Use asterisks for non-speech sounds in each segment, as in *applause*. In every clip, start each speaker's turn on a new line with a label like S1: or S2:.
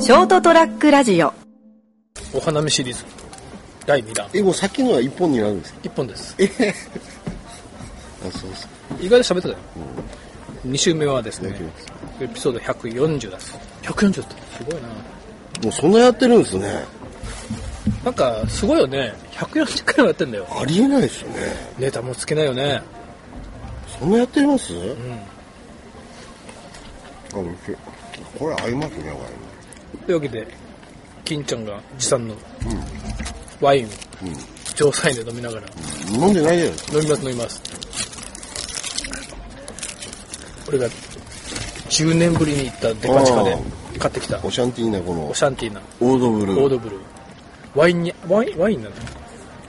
S1: ショートトラックラジオ
S2: お花見シリーズ第2弾
S3: え、もうさっきのは一本になるんですか
S2: 1本です
S3: あ、そうです。
S2: 意外と喋ってたよ、2週目はですね
S3: いただきます
S2: エピソード140です140ってすごいな
S3: もうそんなやってるんですね。
S2: なんかすごいよね140回もやってんだよ
S3: ありえないですよね。
S2: ネタもつけないよね
S3: そんなやってますうん。あ、美味しい。これ合いますね、こ
S2: というわけで金ちゃんが持参のワインを城西で飲みながら
S3: れ。飲んでないじゃないですか。
S2: 飲みます飲みますこれが10年ぶりに行ったデパ地下で買ってきた
S3: オシャンティーなこの
S2: オ、シャンティーな
S3: オードブルー。
S2: オードブルー。ワインに、ワイン、ワインなんだよ。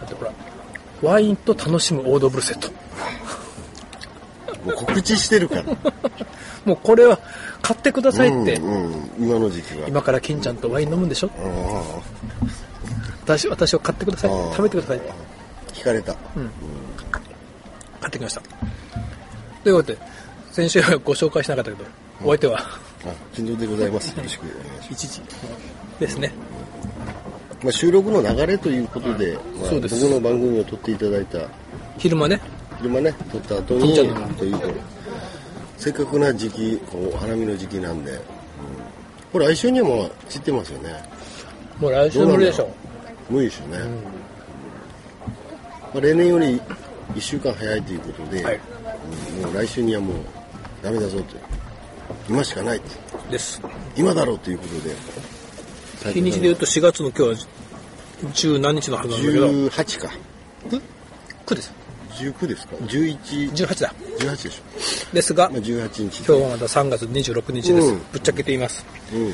S2: だってほら、ワインと楽しむオードブルセット。
S3: もう告知して *laughs* るから。
S2: もうこれは買ってくださいって、
S3: うん、うん。今の時期は。
S2: 今から金ちゃんとワイン飲むんでしょ
S3: あ
S2: 私、私を買ってください。
S3: うん
S2: 食べてください。
S3: あ、聞かれた。
S2: 買ってきました。ということで、先週はご紹介しなかったけど、お相手は
S3: あ、緊張でございます。よろしくお願いします。
S2: 一時ですね。
S3: まあ、収録の流れということで、まあ
S2: そうです
S3: 僕の番組を撮っていただいた、
S2: 昼間ね、
S3: 昼間ね、撮った後
S2: 金
S3: に、
S2: ちゃんの
S3: というと、せっかくな時期、こうお花見の時期なんで、うん、これ来週にはもう散ってますよね。
S2: もう来週
S3: どうな
S2: 無
S3: ん
S2: 理
S3: だ
S2: で
S3: ろ
S2: しょ。
S3: う無理でしょうね。まあ、例年より1週間早いということで、
S2: はい
S3: うんもう来週にはもうダメだぞと。今しかないと。
S2: です。
S3: 今だろうということで、
S2: 日にちで言うと4月の今日は十何日のはずなんだけど、
S3: 18か。
S2: 9です。
S3: 19ですか ?11、
S2: 18だ。
S3: 18でしょ。
S2: ですが
S3: まあ、、18日。
S2: 今日はまた3月26日です、
S3: うん
S2: ぶっちゃけて言います
S3: うん。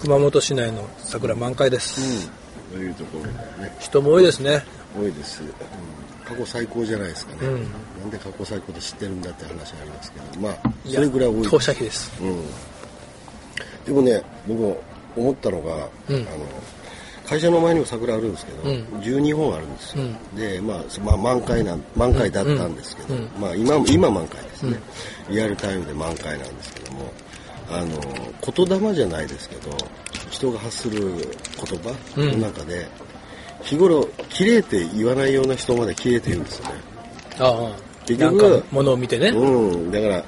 S2: 熊本市内の桜満開です、
S3: というところでね、
S2: 人も多いですね
S3: 多いです。うん過去最高じゃないですかね。なんで過去最高で知ってるんだって話ありますけど、まあ、それぐらい多い
S2: 当社費です
S3: でもね、僕思ったのが、あの会社の前にも桜あるんですけど、12本あるんですよ。で、まあ、そまあ、満開なん満開だったんですけど、まあ、今も今満開ですね、リアルタイムで満開なんですけども、あの言霊じゃないですけど、人が発する言葉の中で、日頃綺麗って言わないような人まで綺麗って言うんですよね。
S2: ああ
S3: 結
S2: なん
S3: 局
S2: か物を見てね、
S3: うん、だから、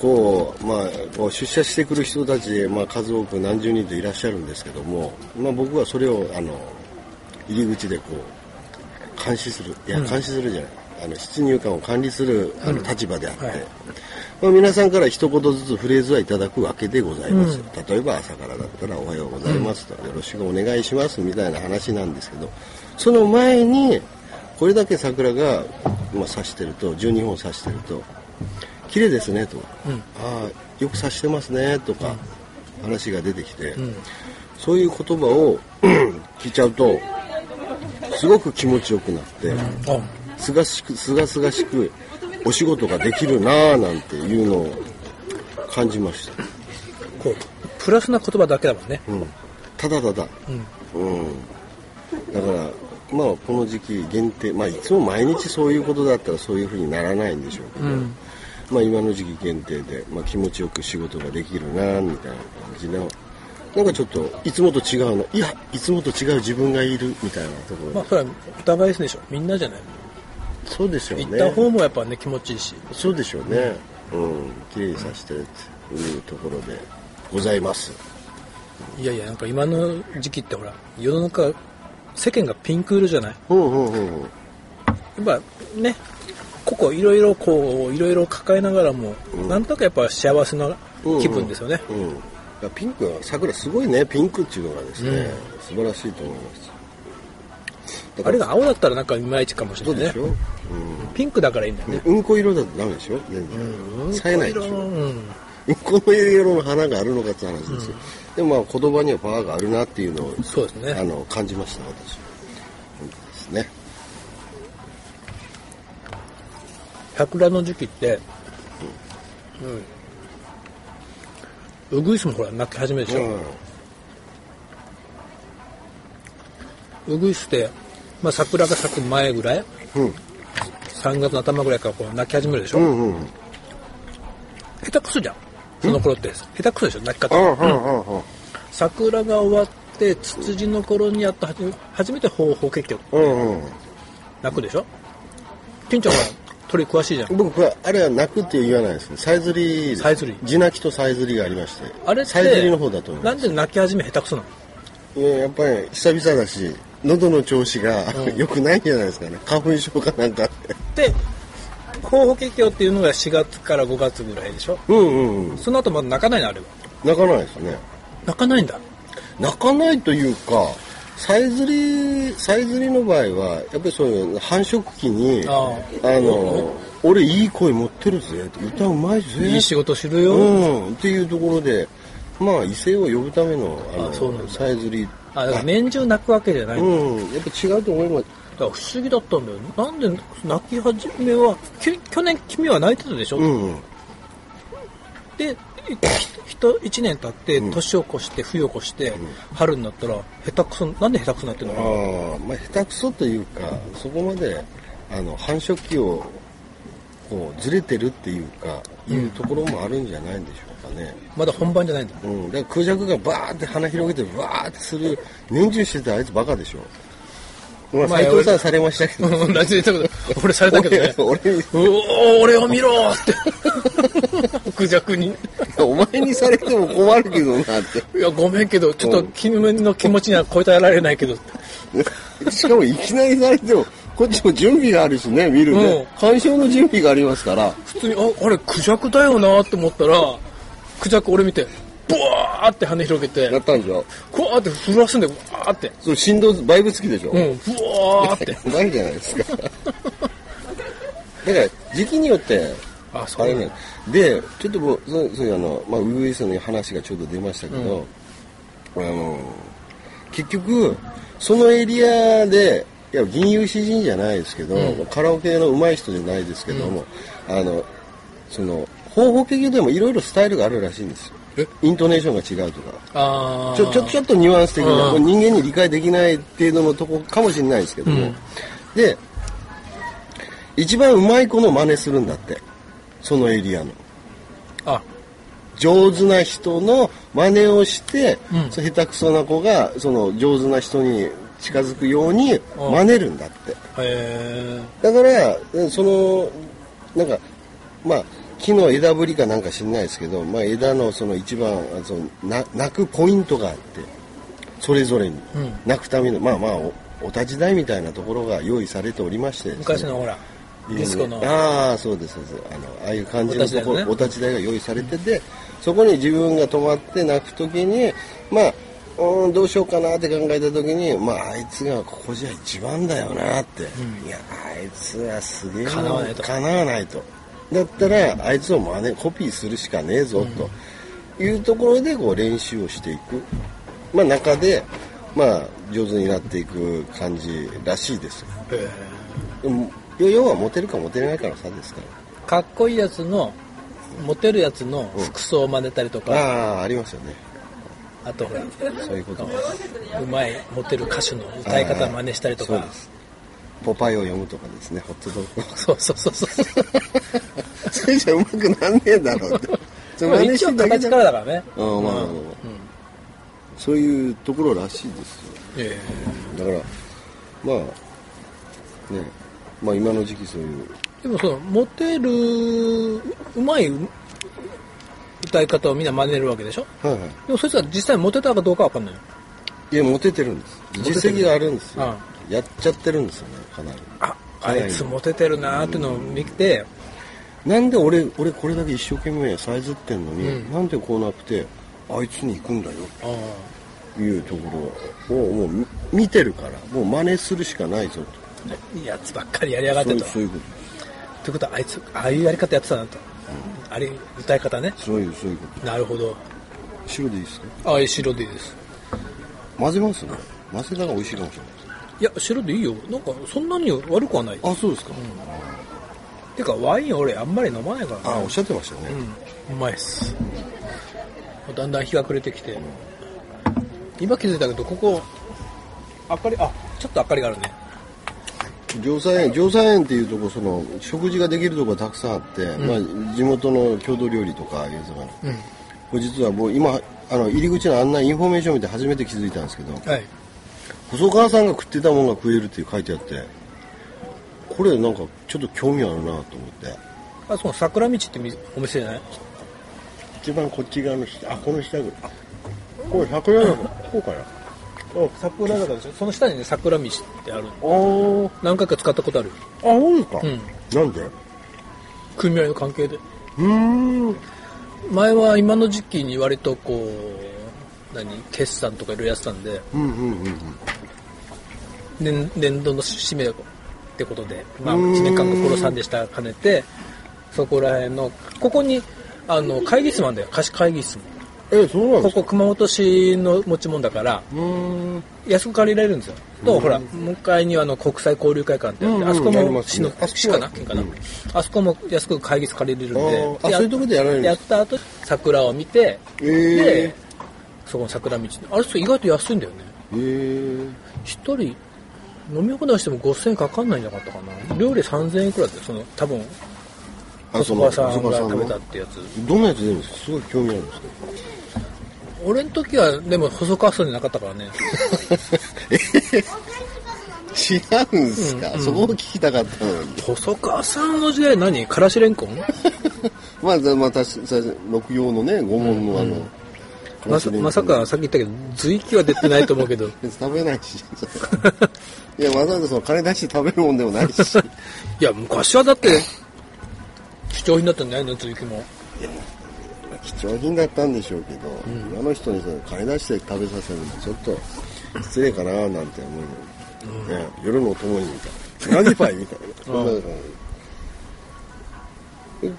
S3: こう、まあ、こう出社してくる人たち、まあ、数多く何十人といらっしゃるんですけども、まあ、僕はそれを、あの、入り口でこう、監視する。いや、監視するじゃない。あの、出入感を管理する、あの、立場であって、
S2: はい
S3: まあ、皆さんから一言ずつフレーズはいただくわけでございます、例えば朝からだったら「おはようございます」とか「よろしくお願いします」みたいな話なんですけどその前にこれだけ桜が、まあ、刺してると12本刺してると「綺麗ですね」とか「ああよく刺してますね」とか話が出てきて、そういう言葉を *clears throat* 聞いちゃうとすごく気持ちよくなって。
S2: あ
S3: すがしく、すがすがしく、お仕事ができるなぁなんていうのを感じました。
S2: こうプラスな言葉だけだもんね、
S3: うん。ただただ。うん。だから、まあ、この時期限定、まあ、いつも毎日そういうことだったらそういうふうにならないんでしょうけど、まあ、今の時期限定で、まあ、気持ちよく仕事ができるなぁみたいな感じの、なんかちょっと、いつもと違うの、いや、いつもと違う自分がいるみたいなところ。
S2: まあそれはお互いですでしょみんなじゃない
S3: そうでしょうね。
S2: 行った方もやっぱね気持ちいいし
S3: そうでしょうね。うん、綺麗にさせてというところでございます。
S2: いやいやなんか今の時期ってほら世の中世間がピンク色じゃない
S3: うんうんうんうん。
S2: やっぱねここいろいろこういろいろ抱えながらも、なんとなくやっぱ幸せな気分ですよね、
S3: うん。だからピンクは桜すごいね。ピンクっていうのがですね、素晴らしいと思います。だ
S2: あ
S3: から
S2: れが青だったらなんかいまいちかもし
S3: そ
S2: れ
S3: う
S2: ない
S3: で
S2: ね
S3: しょ。う
S2: ピンクだからいいんだよ
S3: ん
S2: ね。
S3: うんこ色だとダメでしょ全然。冴えないでしょ。
S2: うん。
S3: この色の花があるのかって話ですよ。でもまあ言葉にはパワーがあるなっていうのを、
S2: そうですね
S3: あの、感じました、私は。本当ですね。
S2: 桜の時期って、うん。うぐいすもほら、泣き始めるでしょ。うぐいすって、まあ桜が咲く前ぐらい、
S3: うん。
S2: 3月の頭ぐらいからこう泣き始めるでしょ。
S3: うんうんうん。
S2: 下手くそじゃん。その頃って、下手くそでしょ、泣き
S3: あ
S2: 方。
S3: あ、はあ、はあ、はあ。
S2: 桜が終わってツツジの頃にやっと初め初めて方法結局
S3: うんうん
S2: 泣くでしょ金ちゃんは鳥詳しいじゃん
S3: 僕はあれは泣くって言わないですねさえずりです
S2: さえずり
S3: 地泣きとさえずりがありまして
S2: あれって
S3: さえずりの方だと思い
S2: な
S3: ま
S2: ん
S3: す
S2: で泣き始め下手くそなの
S3: ねやっぱり久々だし喉の調子が
S2: うん
S3: 良くないんじゃないですかね花粉症かなんかあって
S2: で方法結局っていうのが4月から5月ぐらいでしょ
S3: うんうんうん
S2: その後まだ泣かないのあれは
S3: 泣かないですね
S2: 泣かないんだ
S3: 泣かないというかさえずりさえずりの場合はやっぱりそういう繁殖期に
S2: あ
S3: あの俺いい声持ってるぜ歌うまいぜ
S2: いい仕事するよ、
S3: うんっていうところでまあ異性を呼ぶためのあ
S2: あそうなん
S3: の
S2: だ
S3: さえずり
S2: あだから年中泣くわけじゃない、だか
S3: うんやっぱ違うと思います
S2: ら不思議だったんだよなんで泣き始めはき去年君は泣いてたでしょ、
S3: うんうん
S2: でい人1年経って年を越して冬を越して、春になったら下手くそなんで下手くそになってんのかな
S3: ああまあ下手くそというかそこまであの繁殖期をこうずれてるっていうかいうところもあるんじゃないんでしょうかね、
S2: まだ本番じゃないんだ *laughs*
S3: うん、だから空雀がバーって鼻広げてバーってする年中してたあいつバカでしょまあ
S2: まあ
S3: 斎藤さんされましたけど
S2: うん泣いてたけど俺されたけどね
S3: 俺 *laughs* 俺に
S2: うおー俺を見ろーって *laughs* クジャクに
S3: お前にされても困るけどなっ
S2: いやごめんけどちょっと君の気持ちには超えてやられないけど
S3: て *laughs* しかもいきなりされてもこっちも準備があるしね見る
S2: うん
S3: ね鑑賞の準備がありま
S2: *laughs*
S3: すから
S2: 普通にああれクジャクだよなって思ったらクジャク俺見てブワーって羽広げて
S3: やったんでしょ
S2: こうやって震わすんだよブワーって
S3: それ振動バイブ付きでしょ、
S2: うんブワーって
S3: うまい *laughs* じゃないですか *laughs* だから時期によって
S2: あそ
S3: あ
S2: う
S3: れ
S2: なん
S3: ね
S2: だ
S3: でちょっともうそうそういうあのまあウグイスの話がちょうど出ましたけど、あの結局そのエリアでいや銀融詩人じゃないですけど、カラオケの上手い人じゃないですけども、あのその方法研究でもいろいろスタイルがあるらしいんです
S2: え
S3: よイントネーションが違うとか
S2: あー
S3: ちょちょちょっとニュアンス的
S2: う
S3: なんこう人間に理解できない程度のとこかもしれないですけども、で一番うまい子の真似するんだってそのエリアの
S2: あ
S3: 上手な人の真似をして、
S2: うん
S3: その下手くそな子がその上手な人に近づくように
S2: うん
S3: 真似るんだって
S2: へ
S3: だからうんそのなんかまあ木の枝ぶりかなんか知んないですけど、まあ、枝のその一番あそのな泣くポイントがあってそれぞれに、
S2: うん
S3: 泣くためのまあまあおお立ち台みたいなところが用意されておりましてですね、
S2: 昔のほら
S3: い
S2: デ
S3: いね
S2: ィスコの
S3: ああそうですそうですあのああいう感じのと
S2: お
S3: ころお
S2: 立
S3: 立ち台が用意されててそこに自分が止まって泣く時にまあうーんどうしようかなって考えた時にまああいつがここじゃ一番だよなって、いやあいつはすげえ
S2: 叶わないと
S3: 叶わないとだったらあいつを真似コピーするしかねえぞ、というところでこう練習をしていくまあ中でまあ上手になっていく感じらしいですよ
S2: へー
S3: でも要要はモテるかモテないかの差ですから
S2: かっこいいやつのモテるやつの服装を真似たりとか、
S3: ああありますよね
S2: あとほら
S3: そういうことで
S2: うまいモテる歌手の歌い方真似したりと
S3: そう
S2: か
S3: ですポパイを読むとかですねホットドッグ *laughs*
S2: そうそうそうそう
S3: それじゃうまくなんねえだろうってそ *laughs* れ真似し
S2: 一応
S3: てるだけじ
S2: 形
S3: ゃ
S2: か
S3: な
S2: ら
S3: い
S2: だからね
S3: あーまあまあまあそういうところらしいですよ
S2: え
S3: だからまあねまあ今の時期そういう
S2: えでもそのモテるうまい歌い方をみんな真似るわけでしょ
S3: はいはい
S2: でもそいつは実際モテたかどうかわかんないよ
S3: いやモテてるんです実績があるんですよ
S2: あ
S3: やっちゃってるんですよねかなり
S2: ああいつモテてるなーってのを見て
S3: なんで俺俺これだけ一生懸命さえずってんのに、なんでこうなくてあいつに行くんだよ
S2: あー
S3: というところをもうみ見てるからもう真似するしかないぞ
S2: いいやつばっかりやりやが
S3: と
S2: って
S3: そういう
S2: と
S3: そういうこ
S2: い
S3: と
S2: うことはあいつああいうやり方やってたなと、あれ歌い方ね
S3: とそういうそういうこ
S2: なるほど
S3: と白でいいですか
S2: ああ白でいいです
S3: 混ぜますね混ぜたら美味しいかもしれないです
S2: いや白でいいよなんかそんなに悪くはない
S3: あそうですか、
S2: てかワイン俺あんまり飲まないからね
S3: あおっしゃってましたね、
S2: うまいっすだんだん日が暮れてきて今気づいたけどここ明かりあちょっと明かりがあるね
S3: 城山園城山園っていうとこその食事ができるとこがたくさんあって、まあ、地元の郷土料理とかいうその、これ実はもう今あの入り口の案内インフォメーション見て初めて気づいたんですけど
S2: はい。
S3: 細川さんが食ってたものが食えるって書いてあってこれなんかちょっと興味あるなと思って
S2: あ、そう、桜道ってみお店じゃない
S3: 一番こっち側の下あこの下ぐらいあこれ桜坂こうかな
S2: 桜坂でしょその下にね、桜道ってある。
S3: あーあ
S2: 何回か使ったことある。
S3: そうですか、
S2: ん
S3: なんで
S2: 組合の関係で。
S3: うーん
S2: 前は今の時期に割とこう、何、決算とかいろいろやってたんで、
S3: うんうんうんうん
S2: 年年度の締めってことで、まあ、
S3: うーん
S2: 1年間の頃さんでした兼ねて、そこら辺の、ここに、あの、会議室もあるんだよ。貸し会議室も。
S3: えそうなんで
S2: こ
S3: すか
S2: こ熊本市の持ち物だから、
S3: うーん
S2: 安く借りられるんですよ。と、ほら、向かいにはあの国際交流会館ってあって、
S3: うんうん
S2: あそこ
S3: あり
S2: も
S3: ます
S2: 市
S3: ね
S2: の、
S3: あそこは
S2: 市かな県かな、
S3: うん
S2: あそこも安く会議室借りれるんで
S3: あ、ーあ
S2: や
S3: そういうとこでやられるん
S2: や
S3: で
S2: っ
S3: す
S2: た後、桜を見て、
S3: えー
S2: で、そこの桜道。あれ、そう意外と安いんだよね。
S3: へえ
S2: 一人、飲み放題しても5000円かかんないんじゃなかったかな。料理3000円くらいだよ、その、多分、
S3: あ
S2: 細川さ
S3: そ
S2: ん
S3: の
S2: が
S3: 細
S2: 食べ
S3: 川
S2: た
S3: さ
S2: っ
S3: んの
S2: てやつ。
S3: どんなやつ出るんですかすごい興味あるんですけど
S2: 俺の時は、でも細川さんじゃなかったからね。
S3: 違うんですか、そこを聞きたかったのに。
S2: 細川さんの時代何からしれんこん
S3: まあ、また、さ六用のね、五門のあの、
S2: まさまさか、さっき言ったけど、随記は出てないと思うけど、
S3: 別に食べないし、 *laughs* いや、わざわざその金出して食べるもんでも *laughs* ないし。
S2: いや、昔はだって、貴重品だったんじゃないの随記も。
S3: 貴重品だったんでしょうけど、今の人にその金出して食べさせるのはちょっと失礼かななんて思う、ね、夜のお供にみたいなラジパイみたいなそんなのえ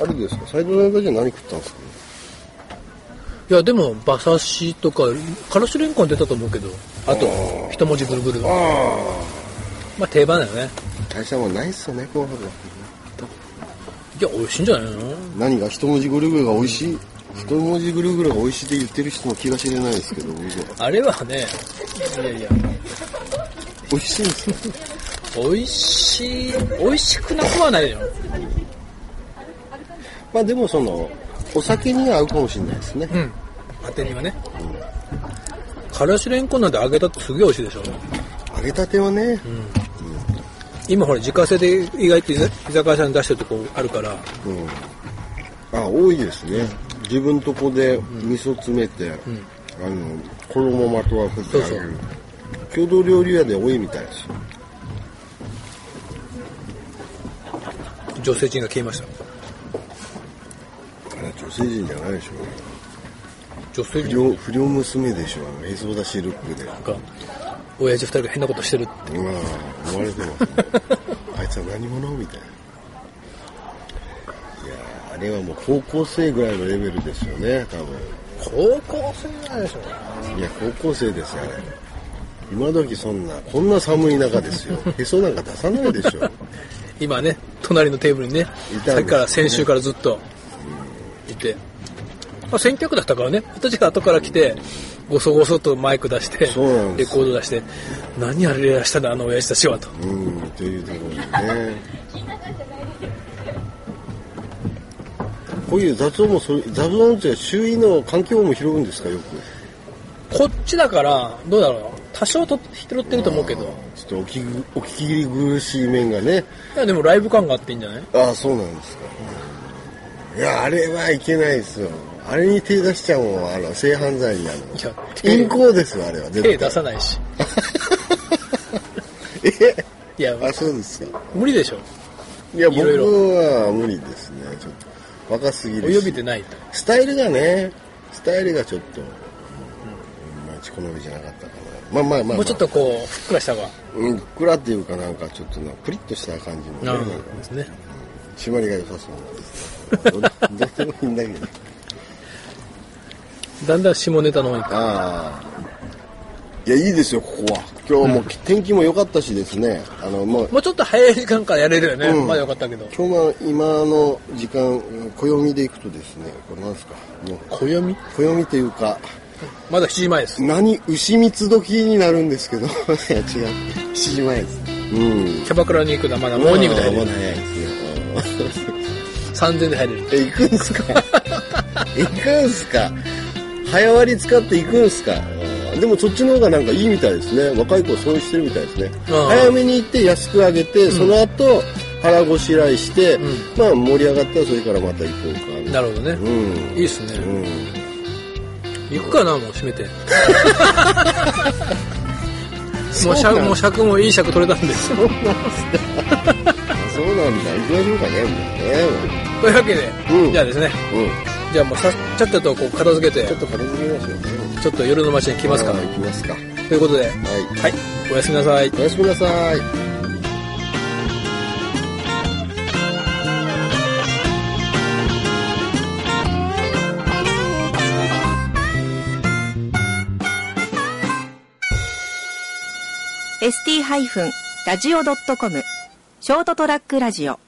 S3: あれですか斎藤さんたちは何食ったんですか
S2: いや、でも、馬刺しとか、からしれんこん出たと思うけど、あと、一文字ぐるぐる。まあ、定番だよね。
S3: 大したもんないっすよね紅白はい
S2: や、美味しいんじゃないの
S3: 何が一文字ぐるぐるが美味しい、一文字ぐるぐるが美味しいって言ってる人の気が知れないですけど僕は
S2: あれはね、いやいや、
S3: 美味しいんですよ
S2: 美味しい、美味しくなくはないよ。
S3: まあでもそのお酒には合うかもしれないですね、
S2: うん。当てにはね。からしれんこんなんて揚げたってすげえ美味しいでしょ。
S3: 揚げたてはね、
S2: 今ほら、自家製で意外と居酒屋さんに出してるとこあるから、
S3: あ多いですね自分とこで味噌詰めて、あの衣まとわせてあげる郷土料理屋で多いみたいですよ
S2: 女性陣が消えました。
S3: あれ女性人じゃないでしょ
S2: 女性
S3: 不
S2: 陣
S3: 良不良娘でしょあのへそ出しルックで
S2: か、親父二人が変なことしてる。
S3: まあ思われてますねあいつは何者みたいないやーあれはもう高校生ぐらいのレベルですよね多分
S2: 高校生なんでしょ。
S3: いや、高校生ですよ、あれ。今時そんな、こんな寒い中ですよ。へそなんか出さないでしょ。
S2: 今ね、隣のテーブルにね、
S3: いたんですね
S2: さっきから先週からずっといて。まあ、先客だったからね、私が後から来て、ごそごそとマイク出して
S3: そうなん、で
S2: レ
S3: す
S2: コード出して、何あれやらしたんだ、あの親父たちはと。
S3: うん、というところでね。こういう雑音もそう、雑音っていうか周囲の環境も拾うんですか、よく。
S2: こっちだから、どうだろう。多少と拾ってると思うけど。
S3: ちょっとお聞き、お聞き苦しい面がね。
S2: いや、でもライブ感があっていいんじゃない
S3: ああ、そうなんですか。いや、あれはいけないですよ。あれに手出しちゃもう、あの、性犯罪になる。
S2: いや手
S3: 陰行ですよ、あれは。
S2: 手
S3: 絶対
S2: 出さないし。いや、
S3: あ、そうですか。
S2: 無理でしょ。
S3: いや、僕
S2: いろいろ
S3: は無理ですね。ちょっと若すぎ
S2: お
S3: るし。
S2: 呼びでないと。
S3: スタイルがね、スタイルがちょっと、うん、まあ、ち好みじゃなかったかな。まあまあまあ、まあ、
S2: もうちょっと、こう、ふっくらした方が。
S3: うん、くらっていうかなんかちょっとな、プリッとした感じの、ね、
S2: な
S3: な
S2: る
S3: ん
S2: ほ
S3: か
S2: どですね。
S3: 締まりが良さそうなんです
S2: *laughs*
S3: けど、どどうでもいいんだけど。
S2: だんだん下ネタの方に行く。
S3: ああ。いや、いいですよ、ここは。今日も天気も良かったしですね、あの、まあ、
S2: もうちょっと早い時間からやれるよね。
S3: うん
S2: まだよかったけど。
S3: 今日の今の時間、暦でいくとですね、これなんですか、もう、
S2: 暦
S3: 暦というか、
S2: まだ7時前です。
S3: 何牛蜜時になるんですけど *laughs* いや違う7時前ですうん
S2: キャバクラに行くのはまだモーニングで入れ
S3: ま
S2: る。
S3: *laughs* だ早いですね
S2: 3000で入れる。 *laughs*
S3: え行くんですか行くんすか早割り使って行くんすかでもそっちの方がなんかいいみたいですね若い子そうしてるみたいですね
S2: ああ
S3: 早めに行って安く上げて、その後腹ごしらえして、
S2: ん
S3: まあ盛り上がったらそれからまた行こうか
S2: なるほどね。
S3: うん
S2: いいっす
S3: う
S2: ね。
S3: ん
S2: 行くかな、もう閉めて。もう
S3: *laughs* そうな
S2: 尺
S3: の
S2: もう尺もいい尺取れたんで。
S3: そうなんすねそうなんだ行きましょうかねも
S2: というわけで、
S3: うん
S2: じゃあですね、
S3: うねうん
S2: じゃあもうさちゃっちゃとこう片付けて
S3: ちょ、っと片付けましょうね
S2: ちょっと夜の街に来ますか
S3: ああ行きますかは
S2: ということで、
S3: い
S2: はい、おやすみなさい。
S3: おやすみなさい
S1: ST-radio.com ショートトラックラジオ